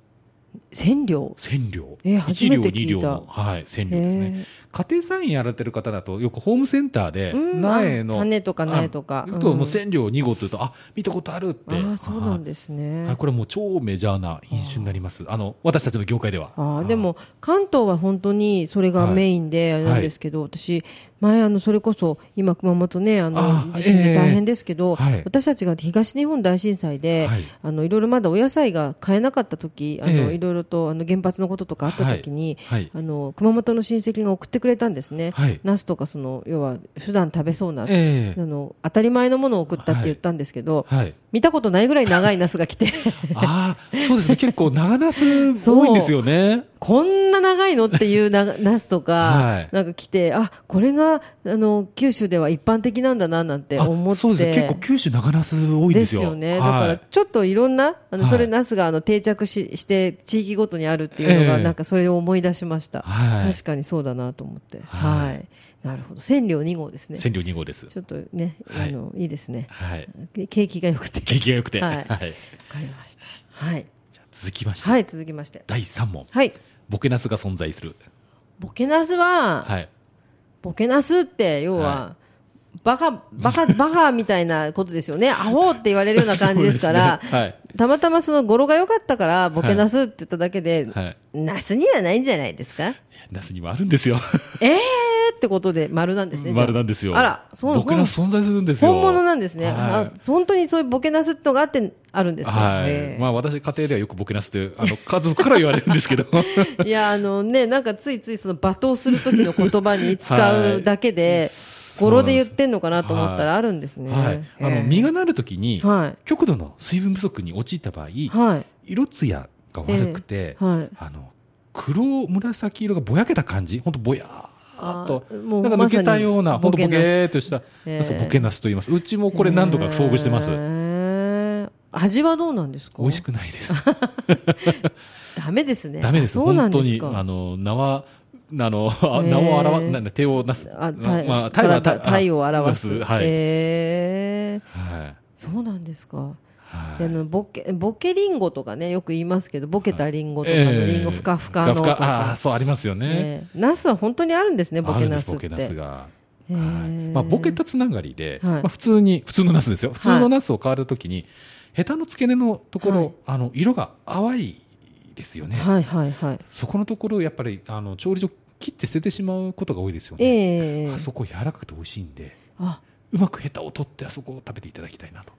Speaker 1: 千両
Speaker 2: 千両。
Speaker 1: えー
Speaker 2: 一両、
Speaker 1: 初めて
Speaker 2: 二
Speaker 1: 聞
Speaker 2: 両
Speaker 1: いた
Speaker 2: の、はい、千両ですね。
Speaker 1: へ
Speaker 2: 家庭菜園やられてる方だと、よくホームセンター
Speaker 1: え
Speaker 2: で、
Speaker 1: うん
Speaker 2: 苗の、
Speaker 1: あ種とか苗とか
Speaker 2: あのと、もう
Speaker 1: 千
Speaker 2: 千両2号というと、あ、見たことあるって。
Speaker 1: ああそうなん
Speaker 2: で
Speaker 1: ですね、
Speaker 2: はい、これはもう超メジャーな品種になります。あの、私たちの業界では。
Speaker 1: ああでも関東は本当にそれがメインであれなんですけど、私前あのそれこそ今熊本ねあ
Speaker 2: あ
Speaker 1: の
Speaker 2: あ
Speaker 1: 地震で大変ですけど、
Speaker 2: ええはい
Speaker 1: 私たちが東日本大震災で、
Speaker 2: はい
Speaker 1: あのいろいろまだお野菜が買えなかった時あの、
Speaker 2: ええ
Speaker 1: いろいろとあの原発のこととかあった時に、
Speaker 2: はい。
Speaker 1: あの熊本の親戚が送ってくれたんですね、
Speaker 2: はい。
Speaker 1: ナスとかその要は普段食べそうな、
Speaker 2: ええ
Speaker 1: あの当たり前のものを送ったって言ったんですけど、
Speaker 2: はい。
Speaker 1: 見たことないぐらい長いナスが来て
Speaker 2: ああ、そうですね。結構長ナス
Speaker 1: そう
Speaker 2: 多いんですよね。
Speaker 1: こんな長いのっていうなナスとか、
Speaker 2: はい
Speaker 1: なんか来てあこれがあの九州では一般的なんだななんて
Speaker 2: あ
Speaker 1: 思って
Speaker 2: そうですね。結構九州長ナス多いんですよ。
Speaker 1: ね、だ
Speaker 2: はい
Speaker 1: からちょっといろんなあのそ
Speaker 2: は
Speaker 1: れ
Speaker 2: い
Speaker 1: ナスがあの定着しして地域ごとにあるっていうのが、
Speaker 2: ええ
Speaker 1: なんかそれを思い出しました、
Speaker 2: はい
Speaker 1: 確かにそうだなと思っては、
Speaker 2: はいい
Speaker 1: なるほど千両2号ですね
Speaker 2: 千両2号です。
Speaker 1: ちょっとね、
Speaker 2: はい
Speaker 1: あのいいですね
Speaker 2: はい。
Speaker 1: 景気が良くて
Speaker 2: 景気が良くて。
Speaker 1: は
Speaker 2: はいい。
Speaker 1: わかりました。はい。
Speaker 2: じゃあ続きまして、
Speaker 1: はい、続きまして。
Speaker 2: 第3問。
Speaker 1: はい。
Speaker 2: ボケナスが存在する。
Speaker 1: ボケナスは、
Speaker 2: はい。
Speaker 1: ボケナスって、要は、
Speaker 2: は
Speaker 1: バカ、バカ、バカみたいなことですよね。アホって言われるような感じですか
Speaker 2: そ
Speaker 1: ら、
Speaker 2: うですねはい。
Speaker 1: たまたまその語呂が良かったから、ボケナスって言っただけで、
Speaker 2: はい。
Speaker 1: ナスにはないんじゃないですか
Speaker 2: ナスにもあるんですよ。
Speaker 1: えーってことで丸なんですね。じゃあ
Speaker 2: 丸なんですよ。
Speaker 1: あら、そう
Speaker 2: ボケナス存在するんですよ。
Speaker 1: 本物なんですね、
Speaker 2: はい
Speaker 1: あ本当にそういうボケナスってのがあってあるんですね。
Speaker 2: は
Speaker 1: え
Speaker 2: い。
Speaker 1: ー
Speaker 2: まあ私、家庭ではよくボケナスって、あの、家族から言われるんですけ ど。
Speaker 1: いや、あのね、なんかついついその罵倒する時の言葉に使うだけで、語呂で言ってんのかなと思ったらあるんですね。
Speaker 2: はい。あの、実がなるときに、
Speaker 1: はい。
Speaker 2: 極度の水分不足に陥った場合、
Speaker 1: はい。
Speaker 2: 色艶が悪くて、
Speaker 1: はい。
Speaker 2: あの、黒紫色がぼやけた感じ、本当ぼやーっと
Speaker 1: あ、ーもう
Speaker 2: なんか抜けたような、
Speaker 1: まさに
Speaker 2: 本当ボケーっ
Speaker 1: ボ
Speaker 2: とした、
Speaker 1: えー
Speaker 2: そうボケナスと言います。うちもこれ何度か遭遇してます。
Speaker 1: へー味はどうなんですか
Speaker 2: 美味しくないです。
Speaker 1: ダメですね。
Speaker 2: ダメです。
Speaker 1: あそうな
Speaker 2: 本
Speaker 1: んで
Speaker 2: 当
Speaker 1: す
Speaker 2: に、
Speaker 1: か。
Speaker 2: あの、縄、あの、あ
Speaker 1: えー
Speaker 2: 縄を表、なんだ、手をなす。
Speaker 1: あ、
Speaker 2: ま
Speaker 1: 体、
Speaker 2: ま
Speaker 1: ま
Speaker 2: あ
Speaker 1: あ、
Speaker 2: 体は
Speaker 1: 体体を
Speaker 2: あ
Speaker 1: 表す。
Speaker 2: はい。
Speaker 1: へー
Speaker 2: はい。
Speaker 1: そうなんですか。
Speaker 2: はい
Speaker 1: いやあのボケボケリンゴとかねよく言いますけどボケたリンゴとか
Speaker 2: え
Speaker 1: の
Speaker 2: え
Speaker 1: リンゴふかふかのと
Speaker 2: ふふあ
Speaker 1: か
Speaker 2: あ、、そうありますよね。
Speaker 1: ええナスは本当にあるんですねボ
Speaker 2: あ
Speaker 1: ケ
Speaker 2: るんで
Speaker 1: ナ
Speaker 2: す
Speaker 1: スっ
Speaker 2: ボ
Speaker 1: て
Speaker 2: ケナスが。
Speaker 1: へえ
Speaker 2: はいまあ、ボケたつながりで、
Speaker 1: はい
Speaker 2: まあ、普通に、普通のナスですよ。普通のナスを買われたときに、ヘタの付け根のところ、
Speaker 1: はい
Speaker 2: あの、色が淡いですよね。
Speaker 1: はいはいはい
Speaker 2: そこのところ、やっぱり、あの、調理所切って捨ててしまうことが多いですよね。
Speaker 1: ええ
Speaker 2: あそこ柔らかくて美味しいんで、
Speaker 1: あ
Speaker 2: うまくヘタを取って、あそこを食べていただきたいなと。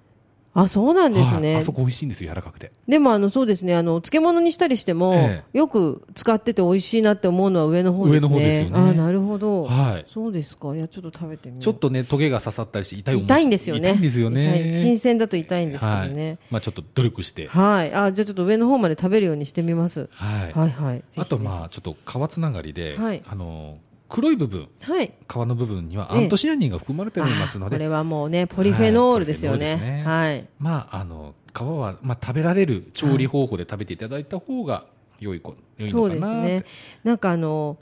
Speaker 1: あそうなんですね、
Speaker 2: はいあそこ美味しいんですよ、柔らかくて。
Speaker 1: でもあのそうですねあの漬物にしたりしても、
Speaker 2: え
Speaker 1: よく使ってて美味しいなって思うのは上の方ですね
Speaker 2: 上の方ですよね
Speaker 1: あなるほど、
Speaker 2: はい
Speaker 1: そうですかいやちょっと食べてみよう
Speaker 2: ちょっとね、トゲが刺さったりして痛い思い
Speaker 1: 痛いんですよね
Speaker 2: 痛いんですよね。
Speaker 1: 痛い新鮮だと痛いんですけどね
Speaker 2: はい。まあちょっと努力して。は
Speaker 1: はい、あじゃあちょっと上の方まで食べるようにしてみます
Speaker 2: い。
Speaker 1: はいはい
Speaker 2: あと
Speaker 1: あ
Speaker 2: まあちょっと皮つながりで、
Speaker 1: はい
Speaker 2: あの黒い部分、
Speaker 1: はい
Speaker 2: 皮の部分には
Speaker 1: ええ
Speaker 2: アントシアニンが含まれておりますの
Speaker 1: あーこれ
Speaker 2: で、
Speaker 1: はもうねポリフェノールですよ
Speaker 2: はいポリフェノール
Speaker 1: ね
Speaker 2: ですね
Speaker 1: はい
Speaker 2: まああの皮はまあ食べられる調理方法で食べていただいた方が良いこ良い
Speaker 1: そ
Speaker 2: の
Speaker 1: う
Speaker 2: か
Speaker 1: です
Speaker 2: なっ
Speaker 1: ね
Speaker 2: て。
Speaker 1: なんかあの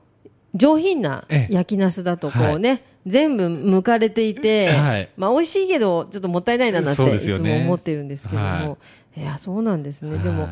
Speaker 1: 上品な
Speaker 2: ええ
Speaker 1: 焼きナスだとこうね、全部剥かれていて、
Speaker 2: はい
Speaker 1: まあ美味しいけどちょっともったいないななん
Speaker 2: そう
Speaker 1: てい
Speaker 2: ですよ
Speaker 1: つ
Speaker 2: ね
Speaker 1: も思ってるんですけども、、
Speaker 2: はい
Speaker 1: やそうなんですね、でも
Speaker 2: はい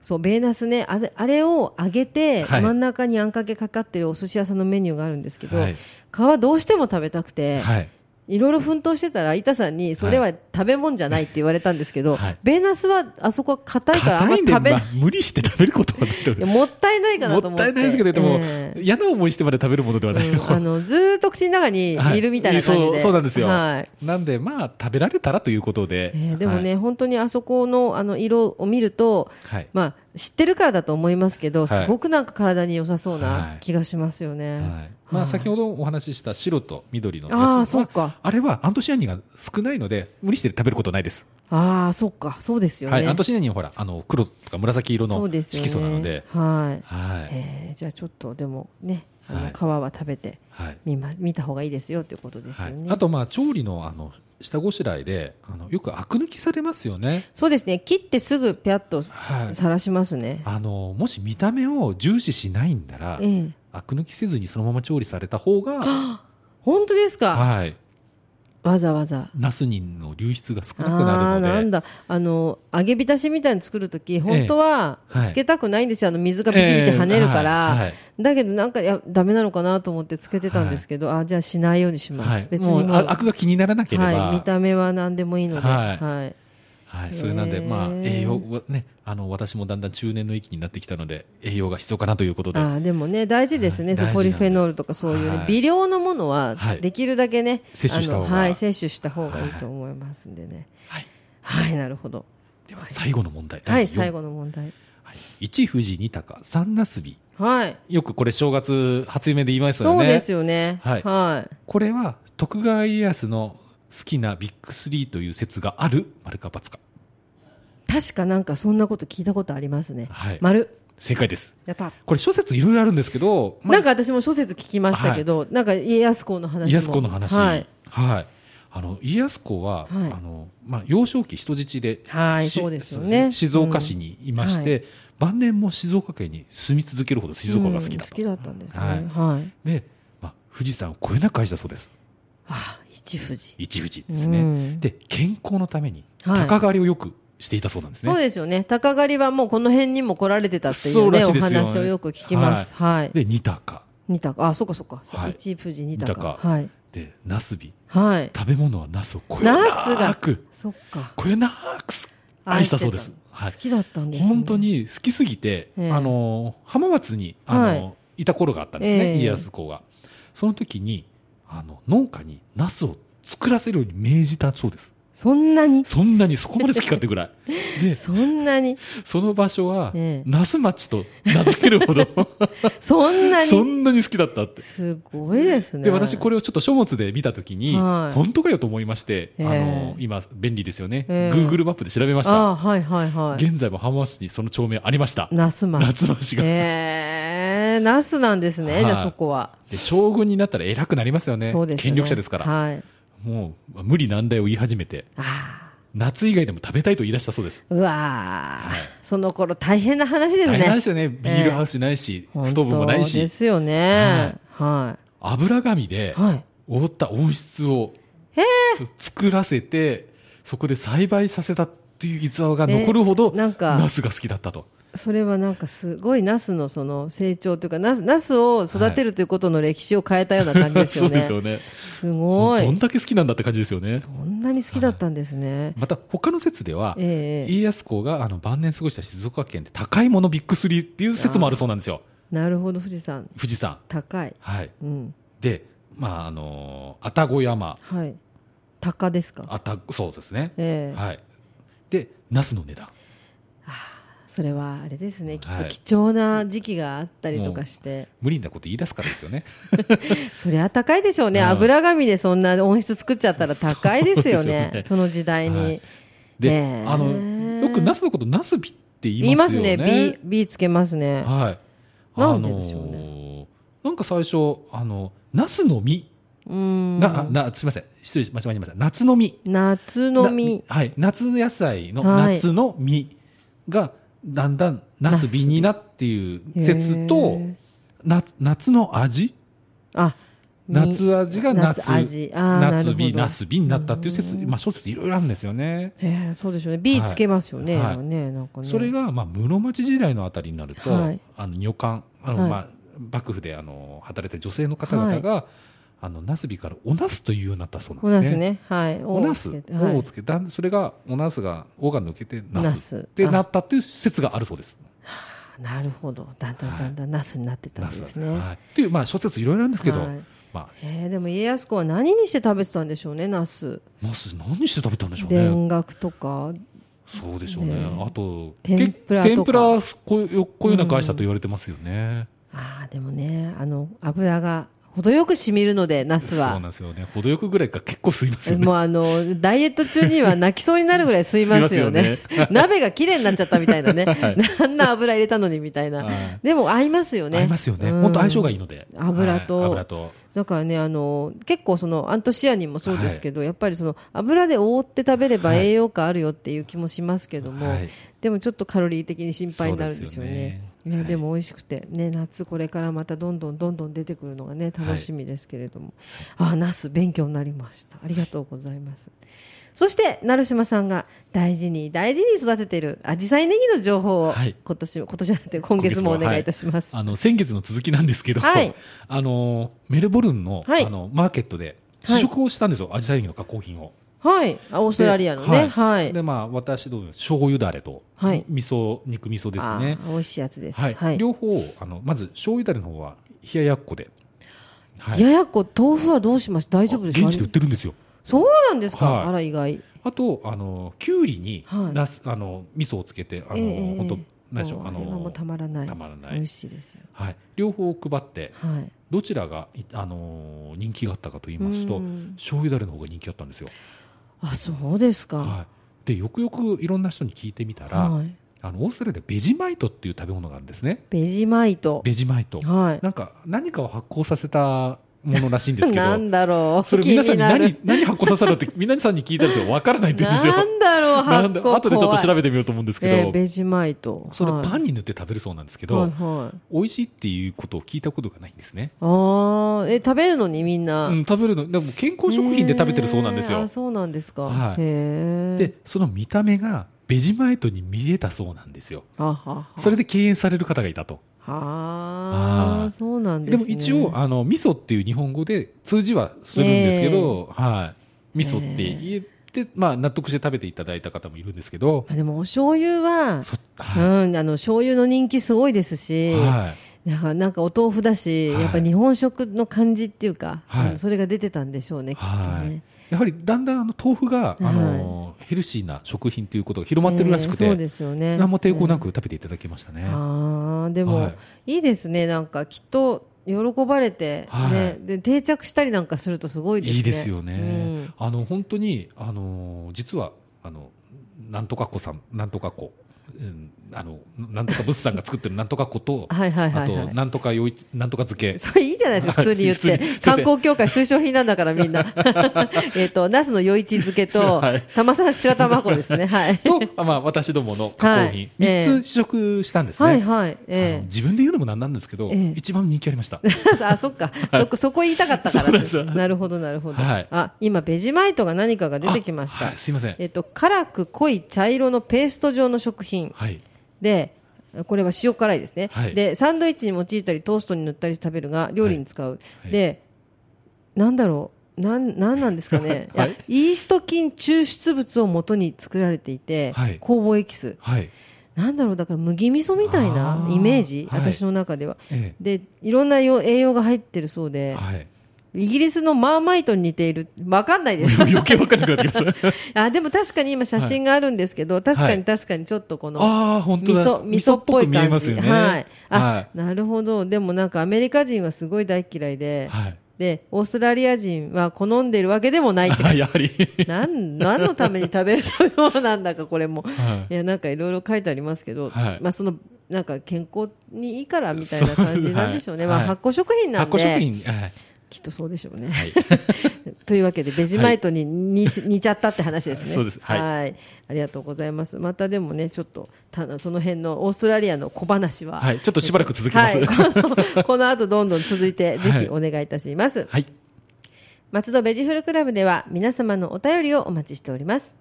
Speaker 1: そうベーナスねあれあれを揚げて、
Speaker 2: はい
Speaker 1: 真ん中にあんかけかかってるお寿司屋さんのメニューがあるんですけど、
Speaker 2: はい
Speaker 1: 皮どうしても食べたくて、
Speaker 2: はい。
Speaker 1: いろいろ奮闘してたら、板さんに、それは食べ物じゃないって言われたんですけど、
Speaker 2: はい
Speaker 1: ベーナスはあそこは硬いから、あんま
Speaker 2: 硬いん
Speaker 1: 食
Speaker 2: で、
Speaker 1: べ
Speaker 2: ま
Speaker 1: ない
Speaker 2: あ、無理して食べることはないと
Speaker 1: い
Speaker 2: 思
Speaker 1: や
Speaker 2: う。
Speaker 1: もったいないかなと
Speaker 2: もっ
Speaker 1: 思ったて。
Speaker 2: いないですけど、でも
Speaker 1: え、え
Speaker 2: 嫌な思いしてまで食べるものではないと
Speaker 1: うんあの、ずーっと口の中にいるみたいな感じで。
Speaker 2: はそうそうなんですよ、
Speaker 1: はい。
Speaker 2: なんでまあ食べられたらということで、
Speaker 1: えーでもね、本当にあそこの、あの、色を見ると、
Speaker 2: はい、はい
Speaker 1: まあ、知ってるからだと思いますけ
Speaker 2: は
Speaker 1: ど、
Speaker 2: い
Speaker 1: すごくなんか体に良さそう
Speaker 2: は
Speaker 1: ない気がしますよ
Speaker 2: は
Speaker 1: ね。
Speaker 2: いまあ、先ほどお話しした白と緑のやつ
Speaker 1: あ
Speaker 2: は
Speaker 1: あ、そうか。
Speaker 2: あれはアントシアニンが少ないので無理して食べることないです、
Speaker 1: ああ、そうか。そうですよね。
Speaker 2: はい、アントシアニンはほらあの黒とか紫色
Speaker 1: そ
Speaker 2: の
Speaker 1: う
Speaker 2: 色
Speaker 1: ですよね
Speaker 2: 素なので
Speaker 1: はい。
Speaker 2: はい、
Speaker 1: えーじゃあちょっとでもね、あ
Speaker 2: は
Speaker 1: の
Speaker 2: い
Speaker 1: 皮は食べて
Speaker 2: はい
Speaker 1: みま、見た方がいいですよということです
Speaker 2: は
Speaker 1: よ
Speaker 2: い
Speaker 1: ね。
Speaker 2: あとまあ調理のあの下ごしらえであのよくアク抜きされますよね、
Speaker 1: そうですね、切ってすぐぴゃっと
Speaker 2: はい、
Speaker 1: さらしますね。
Speaker 2: あのもし見た目を重視しないんなら
Speaker 1: ええ
Speaker 2: アク抜きせずにそのまま調理された方が、
Speaker 1: 本当ですか、
Speaker 2: はい、
Speaker 1: わざわざ。
Speaker 2: ナスニンの流出が少なく
Speaker 1: あ
Speaker 2: な
Speaker 1: あー
Speaker 2: るので
Speaker 1: なんだあの揚げ浸しみたいに作るとき本当は
Speaker 2: はい
Speaker 1: つけたくないんですよ、あの水がビチビチ跳ねるから、
Speaker 2: えーはいはい
Speaker 1: だけどなんかいやダメなのかなと思ってつけてたんですけど、あじゃあしないようにします、
Speaker 2: はい、
Speaker 1: 別にもう
Speaker 2: もうあアクが気にならなければ、
Speaker 1: はい、見た目は何でもいいので、は
Speaker 2: はいいはい、それなん
Speaker 1: へ
Speaker 2: で、
Speaker 1: ー
Speaker 2: まあ、栄養はね、あの、私もだんだん中年の域になってきたので、栄養が必要かなということで、
Speaker 1: あーでもね大事です
Speaker 2: は
Speaker 1: ね、
Speaker 2: い
Speaker 1: そう
Speaker 2: 大事なんで
Speaker 1: ポリフェノールとかそういう、ね
Speaker 2: はい
Speaker 1: 微量のものは
Speaker 2: はい
Speaker 1: できるだけね、
Speaker 2: 摂取した方が
Speaker 1: あのはい、摂取した方がいいと思いますんでね
Speaker 2: はい
Speaker 1: はい、なるほど
Speaker 2: では最後の問題。
Speaker 1: はい
Speaker 2: 第四
Speaker 1: 最。後の問題
Speaker 2: はい、一富士二鷹三なすび。
Speaker 1: はい
Speaker 2: よくこれ正月初夢で言いますよ
Speaker 1: そ
Speaker 2: ね。
Speaker 1: うですよね。
Speaker 2: はい
Speaker 1: はい。
Speaker 2: これは徳川家康の好きなビッグスリーという説がある丸か×か。
Speaker 1: 確かなんかそんなこと聞いたことありますね。
Speaker 2: はい。
Speaker 1: 丸。
Speaker 2: 正解です。
Speaker 1: やった。
Speaker 2: これ諸説いろいろあるんですけど、まあ
Speaker 1: なんか私も諸説聞きましたけど、なんか家康公の話も。
Speaker 2: 家康公の話、
Speaker 1: は
Speaker 2: はいい。あの家康公は、
Speaker 1: はい
Speaker 2: あのまあ、幼少期人質で,し、
Speaker 1: はいそうですよね
Speaker 2: 静岡市にいまして、
Speaker 1: うん
Speaker 2: 晩年も静岡県に住み続けるほど静岡が好き
Speaker 1: うん
Speaker 2: だ
Speaker 1: 好
Speaker 2: と、
Speaker 1: きだったんですね。は
Speaker 2: はいい。で、まあ、富士山をこえなく愛したそうです
Speaker 1: ああ、一富士。
Speaker 2: 一富士ですね、
Speaker 1: うん
Speaker 2: で健康のために
Speaker 1: はい
Speaker 2: 鷹狩りをよくしていたそうなんですね、
Speaker 1: そうですよね。鷹狩りはもうこの辺にも来られてたっていう
Speaker 2: そう
Speaker 1: ね、
Speaker 2: らし
Speaker 1: お
Speaker 2: いですよね
Speaker 1: 話をよく聞きます。はい。
Speaker 2: で二鷹
Speaker 1: 二鷹。あ、そうかそうか。
Speaker 2: はい
Speaker 1: 一富士二鷹。
Speaker 2: 二鷹
Speaker 1: はい。
Speaker 2: でナスビ
Speaker 1: はい。
Speaker 2: 食べ物はナスをこえな
Speaker 1: ナス
Speaker 2: く
Speaker 1: そっか。
Speaker 2: こえなくす愛したそうです
Speaker 1: 愛してた
Speaker 2: はい
Speaker 1: 好きだったんです、ね。
Speaker 2: 本当。に好きすぎて、
Speaker 1: ええ
Speaker 2: あの浜松にあの、
Speaker 1: はい
Speaker 2: い、た頃があったんですね、
Speaker 1: ええ
Speaker 2: 家康公がその時にあの農家にナスを作らせるように命じたそうです
Speaker 1: そんなに。
Speaker 2: そんなにそこまで好きかってぐら いで
Speaker 1: そんなに。
Speaker 2: その場所は、
Speaker 1: ええ
Speaker 2: ナス町と名付けるほど
Speaker 1: そんな
Speaker 2: そ
Speaker 1: に。
Speaker 2: んなに好きだったって
Speaker 1: すごいですね。
Speaker 2: で私これをちょっと書物で見た時に、
Speaker 1: はい
Speaker 2: 本当かよと思いまして、
Speaker 1: ええ
Speaker 2: あの今便利ですよね、
Speaker 1: ええ
Speaker 2: Google マップで調べまし
Speaker 1: あ
Speaker 2: た
Speaker 1: あはいはいはい。
Speaker 2: 現在も浜松にその町名ありました
Speaker 1: ナスマン。
Speaker 2: 夏町が、
Speaker 1: ええナスなんですね。
Speaker 2: はい
Speaker 1: じゃあそこは。
Speaker 2: で将軍になったら偉くなりますよね
Speaker 1: そうですよね
Speaker 2: 権力者ですから、
Speaker 1: はい。
Speaker 2: もうまあ無理難題を言い始めて
Speaker 1: ああ。
Speaker 2: 夏以外でも食べたいと言い出したそうです
Speaker 1: うわあ。その頃大変な話です
Speaker 2: 大
Speaker 1: ね。
Speaker 2: 変ですよねビールハウスないし、
Speaker 1: 本当
Speaker 2: ストーブもない
Speaker 1: で
Speaker 2: し
Speaker 1: すよね。は
Speaker 2: 油紙で
Speaker 1: い。はい。
Speaker 2: 覆った温室を作らせてそこで栽培させたっていう逸話が残るほど、
Speaker 1: ねなんか
Speaker 2: ナスが好きだったと
Speaker 1: それはなんかすごいナスのその成長というか、ナスナスを育てるということの歴史を変えたような感じで す
Speaker 2: そ
Speaker 1: よ
Speaker 2: うで
Speaker 1: ね。
Speaker 2: すよね
Speaker 1: すご
Speaker 2: ど
Speaker 1: い
Speaker 2: ん。だけ好きなんだって感じですよね
Speaker 1: そんなに好きだったんですね。
Speaker 2: また他の説では、
Speaker 1: ええ
Speaker 2: 家康公があの晩年過ごした静岡県で高いものビッグスリーっていう説もあるそうなんですよ
Speaker 1: なるほど、富士山。
Speaker 2: 富士山
Speaker 1: 高い。
Speaker 2: はい
Speaker 1: うん。
Speaker 2: でまああの愛宕山
Speaker 1: はい。鷹ですか。
Speaker 2: あたそうですね、
Speaker 1: ええ
Speaker 2: はいで、ナスの値段。
Speaker 1: それはあれですねきっと
Speaker 2: はい
Speaker 1: 貴重な時期があったりとかして、
Speaker 2: 無理なこと言い出すからですよ ね。
Speaker 1: そりゃ高いでしょうね、
Speaker 2: うん
Speaker 1: 油紙でそんな温室作っちゃったら高いです
Speaker 2: そ
Speaker 1: よね
Speaker 2: うですよね
Speaker 1: その時代に、
Speaker 2: はいで、
Speaker 1: ねえ
Speaker 2: あの、よくナスのことナスビって言
Speaker 1: 言
Speaker 2: い
Speaker 1: い
Speaker 2: ま
Speaker 1: ますす
Speaker 2: よね。
Speaker 1: ね B, B つけますね
Speaker 2: はい。
Speaker 1: なんででしょうね
Speaker 2: あのーなんか最初、あの、ナスの実、
Speaker 1: うん
Speaker 2: な、あな、すみません。失礼し、間違えました。夏の実。
Speaker 1: 夏の実
Speaker 2: なはい。夏野菜の
Speaker 1: はい
Speaker 2: 夏の実が、だんだんナスビになっていう説
Speaker 1: へ
Speaker 2: と、
Speaker 1: ー
Speaker 2: な夏の味
Speaker 1: あ実
Speaker 2: 夏味が夏
Speaker 1: 夏味あーなるほ
Speaker 2: 夏
Speaker 1: ど
Speaker 2: 日、ナスビになったっていう説、
Speaker 1: うん
Speaker 2: まあ諸説いろいろあるんですよね。
Speaker 1: えーそうでしょうね B つけますよね,、
Speaker 2: はい
Speaker 1: ねなんかね
Speaker 2: それが、まあ、室町時代のあたりになると、
Speaker 1: はい
Speaker 2: あの女官あの、
Speaker 1: はい
Speaker 2: まあ、幕府であの働いてる女性の方々が、あのナスビからおナスというようになったそうなん
Speaker 1: お
Speaker 2: ですね。
Speaker 1: なすねはい
Speaker 2: おナス
Speaker 1: をつけては
Speaker 2: を
Speaker 1: い
Speaker 2: つけた、それがおナスが「お」が抜けてナス
Speaker 1: ナス
Speaker 2: ってなったっていう説があるそうです。
Speaker 1: あなるほどだんだんだんだんナスになってたん
Speaker 2: ナ
Speaker 1: で
Speaker 2: ス
Speaker 1: すね、
Speaker 2: はい、っていうまあ諸説いろいろあるんですけど、
Speaker 1: はい
Speaker 2: ま
Speaker 1: えーでも家康公は何にして食べてたんでしょうねナス
Speaker 2: あナス何して食べたんでしょう
Speaker 1: 田
Speaker 2: ね。
Speaker 1: 楽とか
Speaker 2: そうでしょうね。
Speaker 1: ね
Speaker 2: あと
Speaker 1: 天ぷらとか
Speaker 2: け天ぷらこよこよなく愛したと言われてますよね。
Speaker 1: ああでもねあの油が程よく染みるのでナス
Speaker 2: そうな
Speaker 1: は
Speaker 2: んですよね。程よくぐらいか結構吸いますよね。
Speaker 1: もうあのダイエット中には泣きそうになるぐらい吸いますよね
Speaker 2: 吸いますよ
Speaker 1: 鍋が綺麗になっちゃったみたいな ね、
Speaker 2: はい
Speaker 1: あんな油入れたのにみたいな、
Speaker 2: はい
Speaker 1: でも合いますよね
Speaker 2: 合いますよね。
Speaker 1: うん
Speaker 2: 本当相性がいいので。
Speaker 1: 油と
Speaker 2: はい油と。
Speaker 1: だからねあの結構そのアントシアニンもそうですけど、やっぱりその油で覆って食べれば
Speaker 2: はい
Speaker 1: 栄養価あるよっていう気もしますけども、
Speaker 2: はい
Speaker 1: でもちょっとカロリー的に心配になるんですよね。
Speaker 2: そうですよね
Speaker 1: ね
Speaker 2: はい
Speaker 1: でも美味しくて、ね、夏これからまたどんどんどんどん出てくるのがね楽しみですけれども、あナス勉強になりましたありがとうございますそして成島さんが大事に大事に育てているアジサイネギの情報を
Speaker 2: はい
Speaker 1: 今年も、今年じゃなくて今月もお願いいたします。
Speaker 2: あの先月の続きなんですけど、
Speaker 1: はい
Speaker 2: あのメルボルンの,、
Speaker 1: はい
Speaker 2: あのマーケットで
Speaker 1: はい
Speaker 2: 試食をしたんですよ、アジサイの加工品を。
Speaker 1: はい、あオーストラリアの
Speaker 2: で
Speaker 1: ね、はい、
Speaker 2: でまあ私ども醤油だれと、
Speaker 1: はい
Speaker 2: 味噌肉味噌ですね
Speaker 1: あ。ー美味しいやつです。
Speaker 2: はい、
Speaker 1: はい。
Speaker 2: 両方あのまず醤油だれの方は冷ややっこで、はい
Speaker 1: ややこ豆腐はどうします？大丈夫ですか？
Speaker 2: 現地で売ってるんですよ。
Speaker 1: そうなんですか？
Speaker 2: はい
Speaker 1: あら意外。
Speaker 2: あとあのきゅうりに、
Speaker 1: はい
Speaker 2: なすあの味噌をつけてあの、
Speaker 1: ええ
Speaker 2: 本当
Speaker 1: ええ
Speaker 2: 何でしょ
Speaker 1: も
Speaker 2: う
Speaker 1: う
Speaker 2: あ
Speaker 1: あれはも
Speaker 2: の
Speaker 1: うたまらない。
Speaker 2: たまらない
Speaker 1: 美味しいですよ。
Speaker 2: はい両方を配って
Speaker 1: はい。
Speaker 2: どちらがいあの人気があったかと言いますと、
Speaker 1: うん
Speaker 2: 醤油だれの方が人気だったんですよ。
Speaker 1: あそうですか。
Speaker 2: はい、でよくよくいろんな人に聞いてみたら、
Speaker 1: はい。
Speaker 2: あのオーストラリアでベジマイトっていう食べ物があるんですね
Speaker 1: ベジマイト。
Speaker 2: ベジマイト、
Speaker 1: は
Speaker 2: なんか何かを発酵させたものらしいんです
Speaker 1: い。
Speaker 2: けど
Speaker 1: なんだろう。
Speaker 2: それ
Speaker 1: 気に
Speaker 2: 皆さんに
Speaker 1: な
Speaker 2: 何
Speaker 1: る
Speaker 2: 何発酵させたのって皆さんに聞いたんですよわからないって言うんですよ
Speaker 1: なんだろう
Speaker 2: な
Speaker 1: 発
Speaker 2: んで
Speaker 1: 酵
Speaker 2: 後でちょっと調
Speaker 1: べ
Speaker 2: べてみようと思うんですけど、
Speaker 1: えーベジマイト。
Speaker 2: それ
Speaker 1: はい
Speaker 2: パンに塗って食べるそうなんですけど、
Speaker 1: はいはい。
Speaker 2: 美味しいっていうことを聞いたことがないんですね、
Speaker 1: ああえ食べるのにみんな。
Speaker 2: うん、食べるのでも健康食品で食べてるそうなんです
Speaker 1: へー
Speaker 2: よ
Speaker 1: あ、そうなんですか。
Speaker 2: はい
Speaker 1: へえ。
Speaker 2: で、その見た目がベジマイトに見えたそうなんですよ
Speaker 1: あはは。
Speaker 2: それで敬遠される方がいたと
Speaker 1: は
Speaker 2: は
Speaker 1: あ、
Speaker 2: い
Speaker 1: そうなんで
Speaker 2: ですも
Speaker 1: ね。
Speaker 2: 一応あの味噌っていう日本語で通じはするんですけど、はい、味噌って言って、まあ、納得して食べていただいた方もいるんですけど、
Speaker 1: あでもお醤油は、
Speaker 2: そはい
Speaker 1: うん、あの醤油の人気すごいですし、
Speaker 2: はい
Speaker 1: なんかなんかお豆腐だし、
Speaker 2: はい
Speaker 1: やっぱ日本食の感じっていうか、
Speaker 2: はい
Speaker 1: うんそれが出てたんでしょうね、きっとね。
Speaker 2: やはりだんだんあの豆腐が、あのヘルシーな食品ということが広まってるらしくて、
Speaker 1: えーそうですよね。
Speaker 2: 何も抵抗なく食べていただきましたね。
Speaker 1: ああでも、、
Speaker 2: はい
Speaker 1: いですねなんかきっと喜ばれて、ね
Speaker 2: はい
Speaker 1: で定着したりなんかするとすごいですね。
Speaker 2: いいですよね、
Speaker 1: うん
Speaker 2: あの本当にあの実はあのなんとか子さんなんとか子、うん、あのなんとか物産が作ってるなんとか子 と
Speaker 1: はいはいはいはい
Speaker 2: あとなんとかよいなんとか漬け
Speaker 1: それいいじゃないですか、普通に言っ
Speaker 2: 普通に
Speaker 1: て
Speaker 2: すい。ません
Speaker 1: 観光協会推奨品なんだから みんな。えっと、ナスの余市漬けと
Speaker 2: はい、
Speaker 1: 玉さん白玉子 ですね。はい。
Speaker 2: と、あまあ、私どもの加工
Speaker 1: は
Speaker 2: 品
Speaker 1: い、
Speaker 2: 三
Speaker 1: ええ
Speaker 2: 3つ試食したんですね、
Speaker 1: はいは
Speaker 2: あ
Speaker 1: い。
Speaker 2: の
Speaker 1: え
Speaker 2: 自分で言うのもなんなんですけど、
Speaker 1: ええ
Speaker 2: 一番人気ありました
Speaker 1: え。あ、そっか。そこ、そこ言いたかったか
Speaker 2: そうな
Speaker 1: ら
Speaker 2: んですよ
Speaker 1: なるほど、なるほど。
Speaker 2: はい
Speaker 1: あ、今、ベジマイトが何かが 出てきまし
Speaker 2: あ
Speaker 1: た
Speaker 2: はい、。すいません、
Speaker 1: えっと、辛く濃い茶色のペースト状の食品
Speaker 2: はい、
Speaker 1: で、これは塩辛いですね
Speaker 2: は。い
Speaker 1: で、サンドイッチに用いたり、トーストに塗ったりして食べるが、料理に使う
Speaker 2: は。い
Speaker 1: で、なんだろう。なんなんなんですかね、い や
Speaker 2: はい
Speaker 1: イースト菌抽出物を元に作られていて、
Speaker 2: はい
Speaker 1: 酵母エキス
Speaker 2: はい、
Speaker 1: なんだろうだから麦味噌みたいな
Speaker 2: あー
Speaker 1: イメージ
Speaker 2: はい
Speaker 1: 私の中では、
Speaker 2: え
Speaker 1: でいろんな栄養栄養が入ってるそう
Speaker 2: え
Speaker 1: で、
Speaker 2: はい、
Speaker 1: イギリスのマーマイトに似ている。わかんな いです。
Speaker 2: 余計分かんなくなってきます。
Speaker 1: あ、でも確かに今写真があるんですけど、確かに確かにちょっとこの、
Speaker 2: ああ、本当
Speaker 1: 味
Speaker 2: だ。
Speaker 1: 噌、味噌っぽい
Speaker 2: 味噌見え
Speaker 1: 感
Speaker 2: ます
Speaker 1: じ。
Speaker 2: よね。
Speaker 1: はい。あ、
Speaker 2: は
Speaker 1: なるほど。でもなんかアメリカ人はすごい大嫌いで、
Speaker 2: はい。
Speaker 1: で、オーストラリア人は好んでるわけでもないって。
Speaker 2: あやはり。
Speaker 1: なん、何のために食べる食べ物なんだか、これも。
Speaker 2: はい
Speaker 1: や、なんかいろいろ書いてありますけど、
Speaker 2: はい
Speaker 1: まあその、なんか健康にいいからみたいな感じなんでしょうね。
Speaker 2: そうですはい
Speaker 1: まあ発酵食品
Speaker 2: い。
Speaker 1: なん
Speaker 2: 発
Speaker 1: で。
Speaker 2: 酵食品。はい。
Speaker 1: きっとそうでしょうね。
Speaker 2: はい
Speaker 1: というわけで、ベジマイトに似,、似ちゃったって話ですね。
Speaker 2: そうですはい
Speaker 1: いありがとうございます。またでもね、ちょっと、たその辺のオーストラリアの小話は。
Speaker 2: はいちょっとしばらく続きます
Speaker 1: はいこの この後どんどん続いて、ぜひお願いいたします。
Speaker 2: はい。
Speaker 1: 松戸ベジフルクラブでは皆様のお便りをお待ちしております。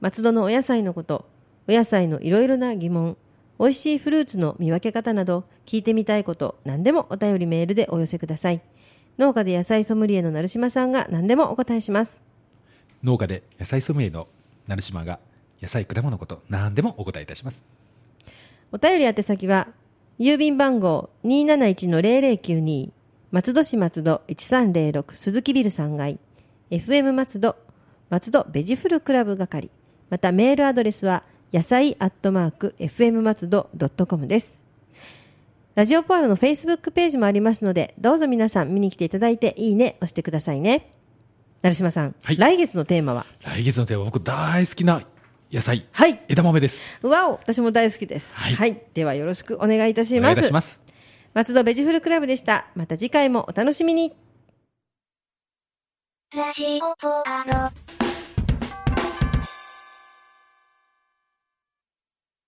Speaker 1: 松戸のお野菜のこと、お野菜のいろいろな疑問、美味しいフルーツの見分け方など、聞いてみたいこと、何でもお便りメールでお寄せください。農家で野菜ソムリエの成島さんが何でもお答えします。
Speaker 2: 農家で野菜ソムリエの成島が野菜果物のこと何でもお答えいたします。
Speaker 1: お便り宛先は、郵便番号271-0092、松戸市松戸1306鈴木ビル3階、FM 松戸、松戸ベジフルクラブ係、またメールアドレスは、野菜アットマーク FM 松戸 .com です。ラジオポアロの Facebook ページもありますので、どうぞ皆さん見に来ていただいて、いいね押してくださいね。成島さん、
Speaker 2: はい
Speaker 1: 来月のテーマは
Speaker 2: 来月のテーマは僕大好きな野菜、
Speaker 1: はい。
Speaker 2: 枝豆です。
Speaker 1: わお、私も大好きです。は、
Speaker 2: はいい
Speaker 1: ではよろしくお願いいたし
Speaker 2: お願
Speaker 1: ま
Speaker 2: いいた
Speaker 1: す
Speaker 2: し。ます。
Speaker 1: 松戸ベジフルクラブでした。また次回もお楽しみに。
Speaker 3: ラジオポアロ。